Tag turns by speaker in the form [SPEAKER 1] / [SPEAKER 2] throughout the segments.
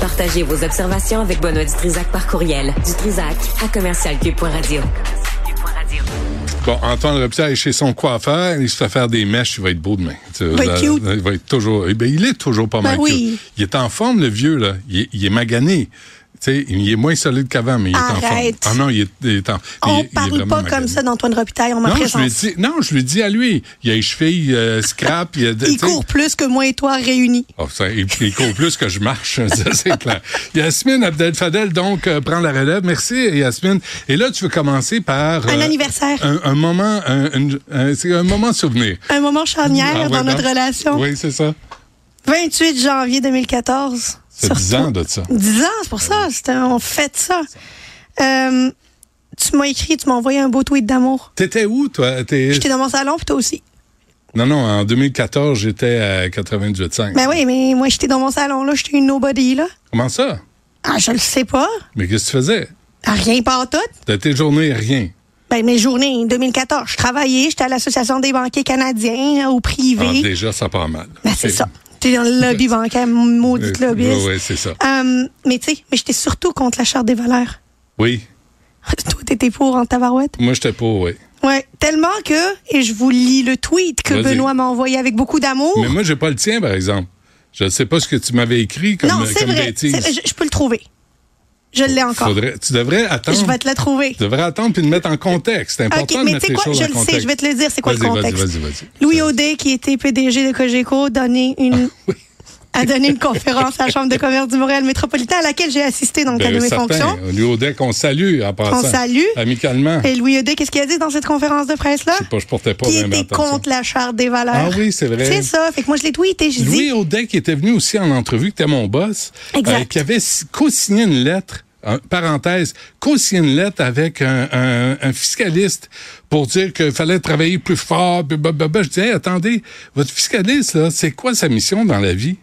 [SPEAKER 1] Partagez vos observations avec Benoît Dutrisac par courriel. Dutrisac à commercialcube.radio.
[SPEAKER 2] Bon, Antoine Robitaille est chez son coiffeur, il se fait faire des mèches, il va être beau demain. Tu
[SPEAKER 3] va être
[SPEAKER 2] sais,
[SPEAKER 3] cute.
[SPEAKER 2] Il va être toujours. eh ben, il est toujours pas
[SPEAKER 3] Ben
[SPEAKER 2] mal
[SPEAKER 3] oui.
[SPEAKER 2] cute. Il est en forme, le vieux, là. Il est, il est magané. Tu sais, il est moins solide qu'avant, mais il est
[SPEAKER 3] Arrête.
[SPEAKER 2] en forme. Ah non, il est, il est en. il
[SPEAKER 3] On
[SPEAKER 2] est- il est
[SPEAKER 3] parle
[SPEAKER 2] vraiment
[SPEAKER 3] pas comme
[SPEAKER 2] magané.
[SPEAKER 3] ça d'Antoine Robitaille en ma
[SPEAKER 2] non, je lui
[SPEAKER 3] présence.
[SPEAKER 2] dis, non, je lui dis à lui. Il a les chevilles euh, scrap. Il, a, tu
[SPEAKER 3] Il
[SPEAKER 2] sais,
[SPEAKER 3] court plus que moi et toi réunis.
[SPEAKER 2] Oh, ça, il, il court plus que je marche, ça, c'est clair. Yasmine Abdel Fadel, donc, euh, prend la relève. Merci, Yasmine. Et là, tu veux commencer par... euh,
[SPEAKER 3] Un anniversaire.
[SPEAKER 2] Un, un moment, un, un- un- c'est un moment souvenir.
[SPEAKER 3] Un moment charnière
[SPEAKER 2] Ah, ouais,
[SPEAKER 3] dans notre
[SPEAKER 2] non?
[SPEAKER 3] relation.
[SPEAKER 2] Oui, c'est ça.
[SPEAKER 3] 28 janvier 2014.
[SPEAKER 2] C'est
[SPEAKER 3] Sur
[SPEAKER 2] 10 ans de ça.
[SPEAKER 3] 10 ans, c'est pour ça. c'était- on fête ça. Euh, tu m'as écrit, tu m'as envoyé un beau tweet d'amour.
[SPEAKER 2] T'étais où, toi? T'es-
[SPEAKER 3] J'étais dans mon salon, puis toi aussi.
[SPEAKER 2] Non, non, en 2014, j'étais à 98.5.
[SPEAKER 3] Ben oui, mais moi, j'étais dans mon salon, là. J'étais une nobody, là.
[SPEAKER 2] Comment ça?
[SPEAKER 3] Ah, je le sais pas.
[SPEAKER 2] Mais qu'est-ce que tu faisais?
[SPEAKER 3] Ah, rien pas en tout.
[SPEAKER 2] T'as tes journées, rien.
[SPEAKER 3] Ben, mes journées, 2014, je travaillais, j'étais à l'Association des banquiers canadiens, hein, au privé.
[SPEAKER 2] Ah, déjà, ça part mal.
[SPEAKER 3] Ben, c'est
[SPEAKER 2] Et-
[SPEAKER 3] ça. T'es dans le lobby bancaire, maudite
[SPEAKER 2] Euh,
[SPEAKER 3] lobbyiste.
[SPEAKER 2] ouais, ouais, c'est ça.
[SPEAKER 3] Euh, mais tu sais, mais j'étais surtout contre la charte des valeurs.
[SPEAKER 2] Oui.
[SPEAKER 3] Toi, t'étais pour en tabarouette.
[SPEAKER 2] Moi, j'étais pas, oui.
[SPEAKER 3] Ouais, tellement que, et je vous lis le tweet que
[SPEAKER 2] Vas-y.
[SPEAKER 3] Benoît m'a envoyé avec beaucoup d'amour.
[SPEAKER 2] Mais moi, j'ai pas le tien, par exemple. Je ne sais pas ce que tu m'avais écrit comme, euh,
[SPEAKER 3] non, c'est
[SPEAKER 2] comme
[SPEAKER 3] vrai.
[SPEAKER 2] bêtise.
[SPEAKER 3] C'est- Je, je peux le trouver. Je l'ai encore.
[SPEAKER 2] Faudrait- tu devrais attendre.
[SPEAKER 3] Je vais te le trouver.
[SPEAKER 2] Tu devrais attendre puis le mettre en contexte. C'est important
[SPEAKER 3] OK,
[SPEAKER 2] de
[SPEAKER 3] mais tu
[SPEAKER 2] mettre
[SPEAKER 3] sais
[SPEAKER 2] les
[SPEAKER 3] quoi,
[SPEAKER 2] choses
[SPEAKER 3] je
[SPEAKER 2] en
[SPEAKER 3] le
[SPEAKER 2] contexte.
[SPEAKER 3] sais, je vais te le dire, c'est quoi le
[SPEAKER 2] Vas-y, vas-y,
[SPEAKER 3] contexte.
[SPEAKER 2] vas-y, vas-y. Ah
[SPEAKER 3] Louis Audet, qui était PDG de Cogeco, a donné une, a donné une conférence à la Chambre de commerce du Montréal métropolitain à laquelle j'ai assisté dans le cadre de mes
[SPEAKER 2] Ben,
[SPEAKER 3] fonctions.
[SPEAKER 2] Lui, au deck, on salue en passant.
[SPEAKER 3] On salue.
[SPEAKER 2] Amicalement.
[SPEAKER 3] Et Louis Audet, qu'est-ce qu'il a dit dans cette conférence de presse-là?
[SPEAKER 2] Je sais pas, je portais pas
[SPEAKER 3] Qui
[SPEAKER 2] vraiment
[SPEAKER 3] était
[SPEAKER 2] attention.
[SPEAKER 3] contre la charte des valeurs.
[SPEAKER 2] Ah oui, c'est vrai.
[SPEAKER 3] C'est ça. Fait que moi, je l'ai tweeté. J'ai
[SPEAKER 2] Louis
[SPEAKER 3] dit,
[SPEAKER 2] Audet, qui était venu aussi en entrevue, qui était mon boss, euh,
[SPEAKER 3] Exact.
[SPEAKER 2] qui avait si- co-signé une lettre, euh, parenthèse, co-signé une lettre avec un, un- un fiscaliste pour dire qu'il fallait travailler plus fort. puis blablabla. Je disais, Hey, attendez, votre fiscaliste, là, c'est quoi sa mission dans la vie?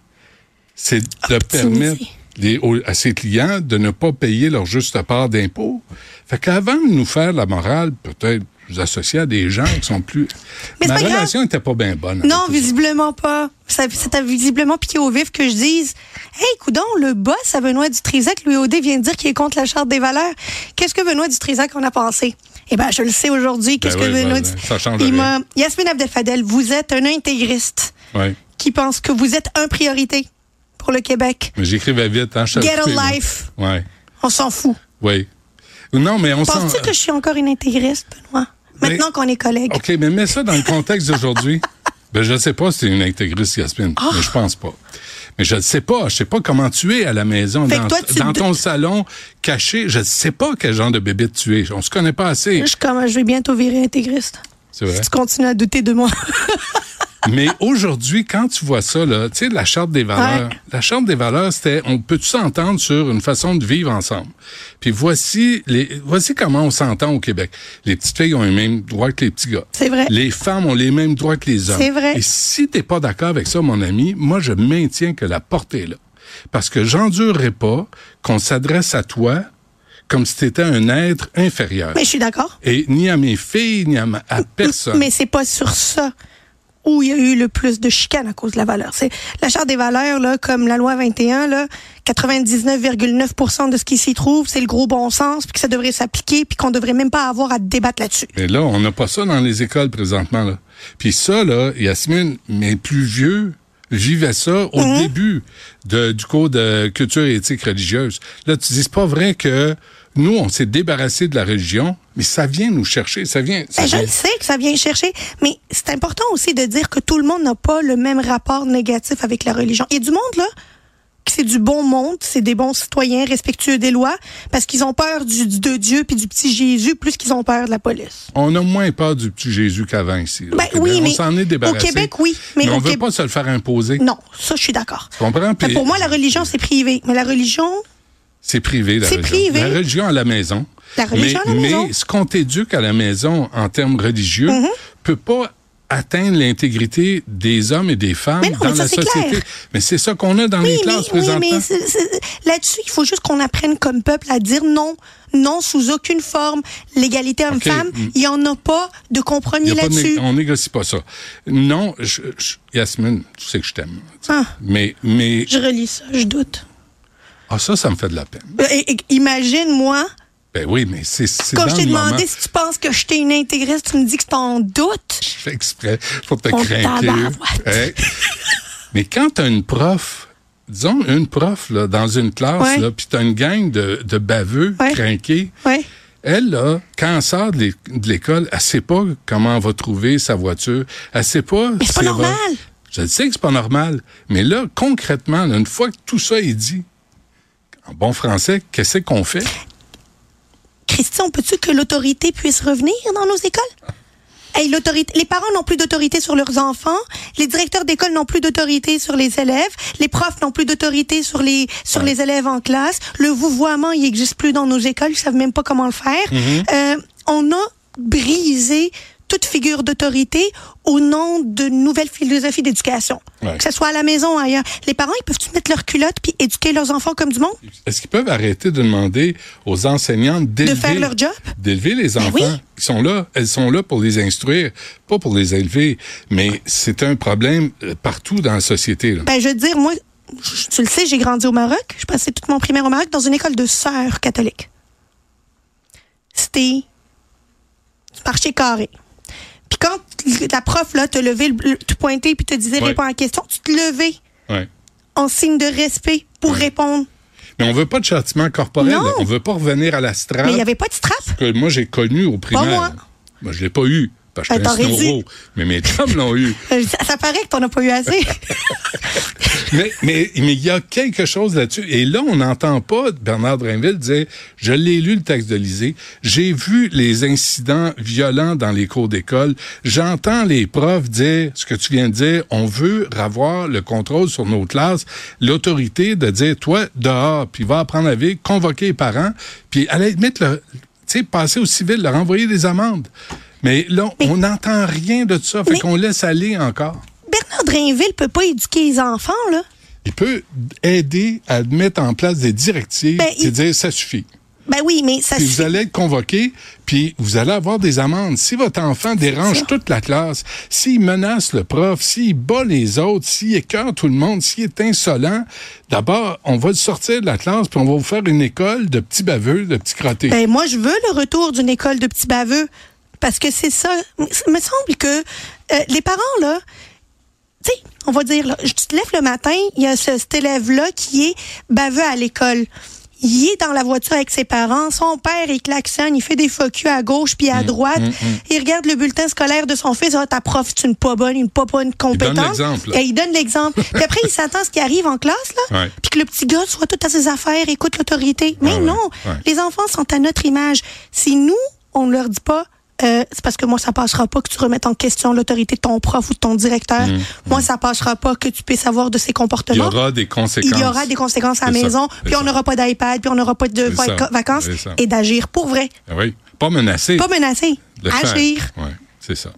[SPEAKER 2] C'est de permettre les- aux- à ses clients de ne pas payer leur juste part d'impôts. Fait qu'avant de nous faire la morale, peut-être vous associer à des gens qui sont plus...
[SPEAKER 3] Mais c'est
[SPEAKER 2] Ma
[SPEAKER 3] pas grave.
[SPEAKER 2] relation n'était pas bien bonne.
[SPEAKER 3] non,
[SPEAKER 2] avec eux.
[SPEAKER 3] visiblement pas. Ça, ça t'a visiblement piqué au vif que je dise, hey, coudon, le boss à Benoît Dutrisac, Louis Audet vient de dire qu'il est contre la charte des valeurs. Qu'est-ce que Benoît Dutrisac en a pensé? Eh ben, je le sais aujourd'hui. Qu'est-ce
[SPEAKER 2] Ben
[SPEAKER 3] que
[SPEAKER 2] oui,
[SPEAKER 3] Benoît
[SPEAKER 2] ben,
[SPEAKER 3] Dutrisac-
[SPEAKER 2] ça change
[SPEAKER 3] Il
[SPEAKER 2] rien.
[SPEAKER 3] m'a- Yasmine Abdel-Fadel, vous êtes un intégriste
[SPEAKER 2] Ouais.
[SPEAKER 3] qui pense que vous êtes un priorité pour le Québec.
[SPEAKER 2] Mais j'écrivais vite, hein, je savais
[SPEAKER 3] Get a
[SPEAKER 2] plus, moi.
[SPEAKER 3] life.
[SPEAKER 2] Ouais,
[SPEAKER 3] On s'en fout.
[SPEAKER 2] oui. Non, mais on s'en...
[SPEAKER 3] Penses-tu que je suis encore une intégriste, Benoît?
[SPEAKER 2] Ben-
[SPEAKER 3] Maintenant qu'on est collègues.
[SPEAKER 2] OK, mais mets ça dans le contexte d'aujourd'hui. Ben, je ne sais pas si t'es une intégriste, Yasmine,
[SPEAKER 3] Ah!
[SPEAKER 2] mais je pense pas. Mais je ne sais pas, je sais pas comment tu es à la maison,
[SPEAKER 3] Fait que
[SPEAKER 2] dans,
[SPEAKER 3] toi, tu
[SPEAKER 2] dans
[SPEAKER 3] te-
[SPEAKER 2] ton salon, caché. Je ne sais pas quel genre de bébé tu es. On se connaît pas assez,
[SPEAKER 3] Je, suis comme, je vais bientôt virer intégriste.
[SPEAKER 2] c'est vrai.
[SPEAKER 3] Si tu continues à douter de moi.
[SPEAKER 2] Mais aujourd'hui, quand tu vois ça, là, tu sais, la charte des valeurs.
[SPEAKER 3] Ouais.
[SPEAKER 2] La charte des valeurs, c'était on peut s'entendre sur une façon de vivre ensemble. Puis voici les voici comment on s'entend au Québec. Les petites filles ont les mêmes droits que les petits gars.
[SPEAKER 3] C'est vrai.
[SPEAKER 2] Les femmes ont les mêmes droits que les hommes.
[SPEAKER 3] C'est vrai.
[SPEAKER 2] Et si t'es pas d'accord avec ça, mon ami, moi je maintiens que la porte est là. Parce que j'endurerai pas qu'on s'adresse à toi comme si t'étais un être inférieur.
[SPEAKER 3] Mais je suis d'accord.
[SPEAKER 2] Et ni à mes filles, ni à, ma- à personne.
[SPEAKER 3] Mais c'est pas sur ça où il y a eu le plus de chicanes à cause de la valeur. C'est la charte des valeurs, là, comme la loi 21, là, 99,9% de ce qui s'y trouve, c'est le gros bon sens, puis que ça devrait s'appliquer, puis qu'on devrait même pas avoir à débattre là-dessus.
[SPEAKER 2] Mais là, on n'a pas ça dans les écoles présentement. Là. Puis ça, là, Yasmine, mes plus vieux vivaient ça au
[SPEAKER 3] Mhm.
[SPEAKER 2] début de- du cours de culture et éthique religieuse. Là, tu dis, c'est pas vrai que nous, on s'est débarrassé de la religion, mais ça vient nous chercher, ça vient... ça
[SPEAKER 3] Ben, je
[SPEAKER 2] vient-
[SPEAKER 3] le sais que ça vient chercher, mais c'est important aussi de dire que tout le monde n'a pas le même rapport négatif avec la religion. Il y a du monde, là, que c'est du bon monde, c'est des bons citoyens respectueux des lois, parce qu'ils ont peur du, du- de Dieu puis du petit Jésus plus qu'ils ont peur de la police.
[SPEAKER 2] On a moins peur du petit Jésus qu'avant ici. là, au
[SPEAKER 3] Ben
[SPEAKER 2] Québec.
[SPEAKER 3] oui, mais
[SPEAKER 2] on s'en est
[SPEAKER 3] au
[SPEAKER 2] débarrassé.
[SPEAKER 3] Québec, oui, mais
[SPEAKER 2] Mais,
[SPEAKER 3] au
[SPEAKER 2] on ne veut
[SPEAKER 3] Québec-
[SPEAKER 2] pas se le faire imposer.
[SPEAKER 3] Non, ça, je suis d'accord.
[SPEAKER 2] Tu comprends?
[SPEAKER 3] Mais
[SPEAKER 2] Puis-
[SPEAKER 3] pour moi, la religion, c'est privé. Mais la religion,
[SPEAKER 2] C'est privé, la
[SPEAKER 3] C'est
[SPEAKER 2] religion.
[SPEAKER 3] privé.
[SPEAKER 2] La religion à la maison.
[SPEAKER 3] La religion
[SPEAKER 2] mais,
[SPEAKER 3] à la
[SPEAKER 2] mais
[SPEAKER 3] maison.
[SPEAKER 2] ce qu'on t'éduque à la maison en termes religieux
[SPEAKER 3] Mm-hmm.
[SPEAKER 2] peut pas atteindre l'intégrité des hommes et des femmes
[SPEAKER 3] Mais non,
[SPEAKER 2] dans
[SPEAKER 3] mais ça,
[SPEAKER 2] la
[SPEAKER 3] c'est
[SPEAKER 2] société.
[SPEAKER 3] clair.
[SPEAKER 2] Mais c'est ça qu'on a dans les
[SPEAKER 3] oui, mais,
[SPEAKER 2] classes
[SPEAKER 3] oui,
[SPEAKER 2] présentement.
[SPEAKER 3] mais c'est- c'est- là-dessus, il faut juste qu'on apprenne comme peuple à dire non, non sous aucune forme. L'égalité homme-femme,
[SPEAKER 2] mm.
[SPEAKER 3] il n'y en a pas de compromis
[SPEAKER 2] Il y a pas de né-
[SPEAKER 3] là-dessus.
[SPEAKER 2] on négocie pas ça. Non, je- je- Yasmine, tu sais que je t'aime.
[SPEAKER 3] Ah.
[SPEAKER 2] Mais, mais
[SPEAKER 3] Je relis ça, je doute. Euh,
[SPEAKER 2] Ah, ça, ça me fait de la peine.
[SPEAKER 3] Et- et- Imagine-moi,
[SPEAKER 2] Ben oui, mais c'est c'est dans
[SPEAKER 3] quand je t'ai
[SPEAKER 2] le
[SPEAKER 3] demandé
[SPEAKER 2] moment.
[SPEAKER 3] si tu penses que j'étais une intégriste, tu me dis que t'en doutes.
[SPEAKER 2] Je fais exprès pour te
[SPEAKER 3] On
[SPEAKER 2] craquer.
[SPEAKER 3] tabarouette.
[SPEAKER 2] Hey. Mais quand t'as une prof, disons une prof là, dans une classe,
[SPEAKER 3] Ouais.
[SPEAKER 2] là, puis t'as une gang de, de baveux,
[SPEAKER 3] Ouais.
[SPEAKER 2] crinqués,
[SPEAKER 3] Ouais.
[SPEAKER 2] elle, là, quand elle sort de l'é- de l'école, elle sait pas comment elle va trouver sa voiture. Elle sait pas...
[SPEAKER 3] c'est pas
[SPEAKER 2] si elle va-
[SPEAKER 3] normal.
[SPEAKER 2] Je le sais que c'est pas normal. Mais là, concrètement, là, une fois que tout ça est dit, en bon français, qu'est-ce qu'on fait?
[SPEAKER 3] Christian, peux-tu que l'autorité puisse revenir dans nos écoles? Hey, l'autorité, les parents n'ont plus d'autorité sur leurs enfants, les directeurs d'école n'ont plus d'autorité sur les élèves, les profs n'ont plus d'autorité sur les sur les élèves en classe. Le vouvoiement, il n'existe plus dans nos écoles, ils savent même pas comment le faire. Euh, on a brisé toute figure d'autorité au nom de nouvelles philosophies d'éducation.
[SPEAKER 2] Ouais.
[SPEAKER 3] Que ce soit à la maison ou ailleurs, les parents, ils peuvent-tu mettre leur culotte puis éduquer leurs enfants comme du monde?
[SPEAKER 2] Est-ce qu'ils peuvent arrêter de demander aux enseignantes d'élever,
[SPEAKER 3] faire leur job? Ben
[SPEAKER 2] d'élever les enfants
[SPEAKER 3] oui.
[SPEAKER 2] qui sont là? Elles sont là pour les instruire, pas pour les élever. Mais c'est un problème euh, partout dans la société. là.
[SPEAKER 3] Ben, je veux dire, moi, je- tu le sais, j'ai grandi au Maroc. Je passais tout mon primaire au Maroc dans une école de sœurs catholiques. C'était du marché carré. Puis quand la prof, là, te levait, le- le- te pointait, puis te disait,
[SPEAKER 2] Ouais.
[SPEAKER 3] réponds à la question, tu te levais
[SPEAKER 2] Ouais.
[SPEAKER 3] en signe de respect pour répondre.
[SPEAKER 2] Mais on veut pas de châtiment corporel.
[SPEAKER 3] Non.
[SPEAKER 2] là. On veut pas revenir à la
[SPEAKER 3] Mais il
[SPEAKER 2] strate
[SPEAKER 3] n'y avait pas de strap.
[SPEAKER 2] que moi j'ai connue au primaire.
[SPEAKER 3] moi.
[SPEAKER 2] Moi, je l'ai pas eu. Parce que
[SPEAKER 3] Ben,
[SPEAKER 2] j'étais un
[SPEAKER 3] t'aurais dû.
[SPEAKER 2] snoro. Mais mes chums l'ont eu.
[SPEAKER 3] Euh, Ça, ça paraît que t'en as pas eu assez.
[SPEAKER 2] Mais mais mais il y a quelque chose là-dessus. Et là, on n'entend pas Bernard Drinville dire Je l'ai lu le texte de Lisée, j'ai vu les incidents violents dans les cours d'école, j'entends les profs dire ce que tu viens de dire, on veut avoir le contrôle sur nos classes, l'autorité de dire Toi, dehors, puis va apprendre à vivre, convoquer les parents, puis aller mettre le tu sais, passer au civil, leur envoyer des amendes. Mais là, on n'entend rien de ça, fait
[SPEAKER 3] Mais-
[SPEAKER 2] qu'on laisse aller encore.
[SPEAKER 3] Bernard Drainville peut pas éduquer les enfants, là.
[SPEAKER 2] Il peut aider à mettre en place des directives
[SPEAKER 3] Ben,
[SPEAKER 2] et
[SPEAKER 3] il-
[SPEAKER 2] dire ça suffit.
[SPEAKER 3] Ben oui, mais ça
[SPEAKER 2] Puis
[SPEAKER 3] suffit.
[SPEAKER 2] vous allez être convoqué, puis vous allez avoir des amendes. Si votre enfant dérange toute la classe, s'il menace le prof, s'il bat les autres, s'il écœure tout le monde, s'il est insolent, d'abord, on va le sortir de la classe, puis on va vous faire une école de petits baveux, de petits crottés.
[SPEAKER 3] Ben, moi, je veux le retour d'une école de petits baveux. Parce que c'est ça. Il me semble que euh, les parents, là, tu sais, on va dire, là, je- tu te lèves le matin, il y a ce- cet élève-là qui est baveux à l'école. Il est dans la voiture avec ses parents. Son père, il klaxonne, il fait des focus à gauche puis
[SPEAKER 2] Mm,
[SPEAKER 3] à droite. Il regarde le bulletin scolaire de son fils. Ah, ta prof, c'est une pas bonne, une pas bonne compétence.
[SPEAKER 2] l'exemple, là.
[SPEAKER 3] Et il donne l'exemple. Puis après, il s'attend à ce qui arrive en classe, là.
[SPEAKER 2] Ouais.
[SPEAKER 3] Puis que le petit gars soit tout à ses affaires, écoute l'autorité. Mais
[SPEAKER 2] Ah ouais,
[SPEAKER 3] non,
[SPEAKER 2] ouais.
[SPEAKER 3] les enfants sont à notre image. Si nous, on ne leur dit pas, euh, c'est parce que moi, ça passera pas que tu remettes en question l'autorité de ton prof ou de ton directeur.
[SPEAKER 2] Mm-hmm.
[SPEAKER 3] Moi, ça passera pas que tu puisses savoir de ses
[SPEAKER 2] Il y
[SPEAKER 3] comportements.
[SPEAKER 2] aura des conséquences.
[SPEAKER 3] Il y aura des conséquences à la
[SPEAKER 2] C'est ça,
[SPEAKER 3] maison,
[SPEAKER 2] c'est
[SPEAKER 3] puis on
[SPEAKER 2] ça.
[SPEAKER 3] n'aura pas d'iPad, puis on n'aura pas de
[SPEAKER 2] C'est ça,
[SPEAKER 3] vac- vacances,
[SPEAKER 2] c'est ça.
[SPEAKER 3] et d'agir pour vrai.
[SPEAKER 2] Ah Oui, pas menacé.
[SPEAKER 3] Pas menacer,
[SPEAKER 2] Le faire.
[SPEAKER 3] agir.
[SPEAKER 2] Ouais, c'est ça.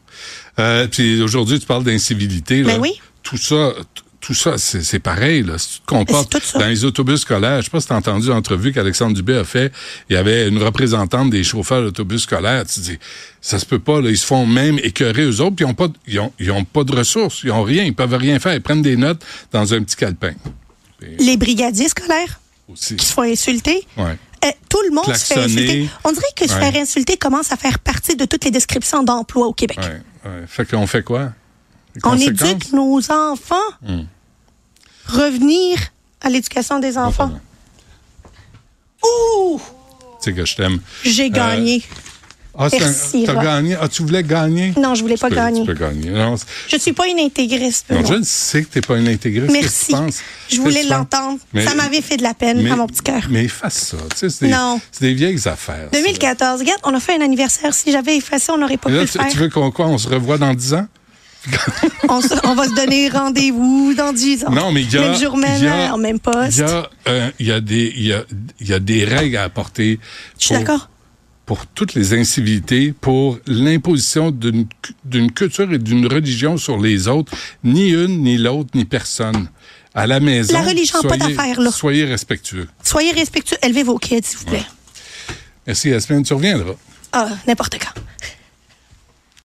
[SPEAKER 2] Euh, puis aujourd'hui, tu parles d'incivilité. là.
[SPEAKER 3] Ben oui.
[SPEAKER 2] Tout ça, t- tout ça, c'est c'est pareil. Là. Si tu te comportes
[SPEAKER 3] Ben, C'est tout ça.
[SPEAKER 2] dans les autobus scolaires, je sais pas si tu as entendu l'entrevue qu'Alexandre Dubé a fait. Il y avait une représentante des chauffeurs d'autobus scolaires. Tu dis, ça se peut pas. Là. Ils se font même écœurer eux autres, puis ils ont pas, de- ils ont, ils ont pas de ressources. Ils ont rien. Ils peuvent rien faire. Ils prennent des notes dans un petit calepin.
[SPEAKER 3] Les brigadiers scolaires
[SPEAKER 2] Aussi.
[SPEAKER 3] qui se font insulter.
[SPEAKER 2] Ouais.
[SPEAKER 3] Euh, tout le monde se fait
[SPEAKER 2] Klaxonner.
[SPEAKER 3] insulter. On dirait que se
[SPEAKER 2] Ouais.
[SPEAKER 3] faire insulter commence à faire partie de toutes les descriptions d'emploi au Québec.
[SPEAKER 2] Ouais, ouais. Fait qu'on fait quoi? Les
[SPEAKER 3] On
[SPEAKER 2] conséquences?
[SPEAKER 3] éduque nos enfants.
[SPEAKER 2] Hmm.
[SPEAKER 3] Revenir à l'éducation des enfants.
[SPEAKER 2] Enfin,
[SPEAKER 3] Ouh,
[SPEAKER 2] Tu sais que je t'aime.
[SPEAKER 3] j'ai gagné.
[SPEAKER 2] Ah, c'est un-
[SPEAKER 3] Merci,
[SPEAKER 2] t'as
[SPEAKER 3] Roy.
[SPEAKER 2] gagné. Ah, tu voulais gagner?
[SPEAKER 3] Non, je voulais
[SPEAKER 2] Ben, Tu
[SPEAKER 3] pas
[SPEAKER 2] peux-
[SPEAKER 3] gagner.
[SPEAKER 2] Tu peux gagner. Non, c'est-
[SPEAKER 3] Je suis pas une intégriste.
[SPEAKER 2] non,
[SPEAKER 3] non.
[SPEAKER 2] je le sais que t'es pas une intégriste. Qu'est-ce que
[SPEAKER 3] Merci.
[SPEAKER 2] tu penses? Qu'est-ce
[SPEAKER 3] Je voulais
[SPEAKER 2] que tu penses?
[SPEAKER 3] l'entendre.
[SPEAKER 2] Mais-
[SPEAKER 3] Ça m'avait fait de la peine
[SPEAKER 2] mais-
[SPEAKER 3] à mon petit cœur.
[SPEAKER 2] Mais efface ça. Tu sais, c'est des,
[SPEAKER 3] Non.
[SPEAKER 2] c'est des vieilles affaires. ça.
[SPEAKER 3] 2014, regarde, on a fait un anniversaire. Si j'avais effacé, on n'aurait pas
[SPEAKER 2] Et
[SPEAKER 3] pu
[SPEAKER 2] là,
[SPEAKER 3] le
[SPEAKER 2] tu,
[SPEAKER 3] faire.
[SPEAKER 2] tu veux qu'on quoi? On se revoit dans 10 ans?
[SPEAKER 3] on, se- on va se donner rendez-vous dans 10 ans.
[SPEAKER 2] Non, mais il y a.
[SPEAKER 3] Même jour, même
[SPEAKER 2] il y a-
[SPEAKER 3] heure, même
[SPEAKER 2] Il
[SPEAKER 3] poste.
[SPEAKER 2] y, a, euh, il y a des- il y a- il y a des règles à apporter.
[SPEAKER 3] Je suis
[SPEAKER 2] pour-
[SPEAKER 3] d'accord.
[SPEAKER 2] pour toutes les incivilités, pour l'imposition d'une cu- d'une culture et d'une religion sur les autres, ni une, ni l'autre, ni personne. À la maison,
[SPEAKER 3] La religion a pas
[SPEAKER 2] soyez-
[SPEAKER 3] d'affaire, là.
[SPEAKER 2] soyez respectueux.
[SPEAKER 3] Soyez respectueux. Élevez vos kids, s'il vous plaît.
[SPEAKER 2] Merci Yasmine, tu reviendras.
[SPEAKER 3] Ah, n'importe quand.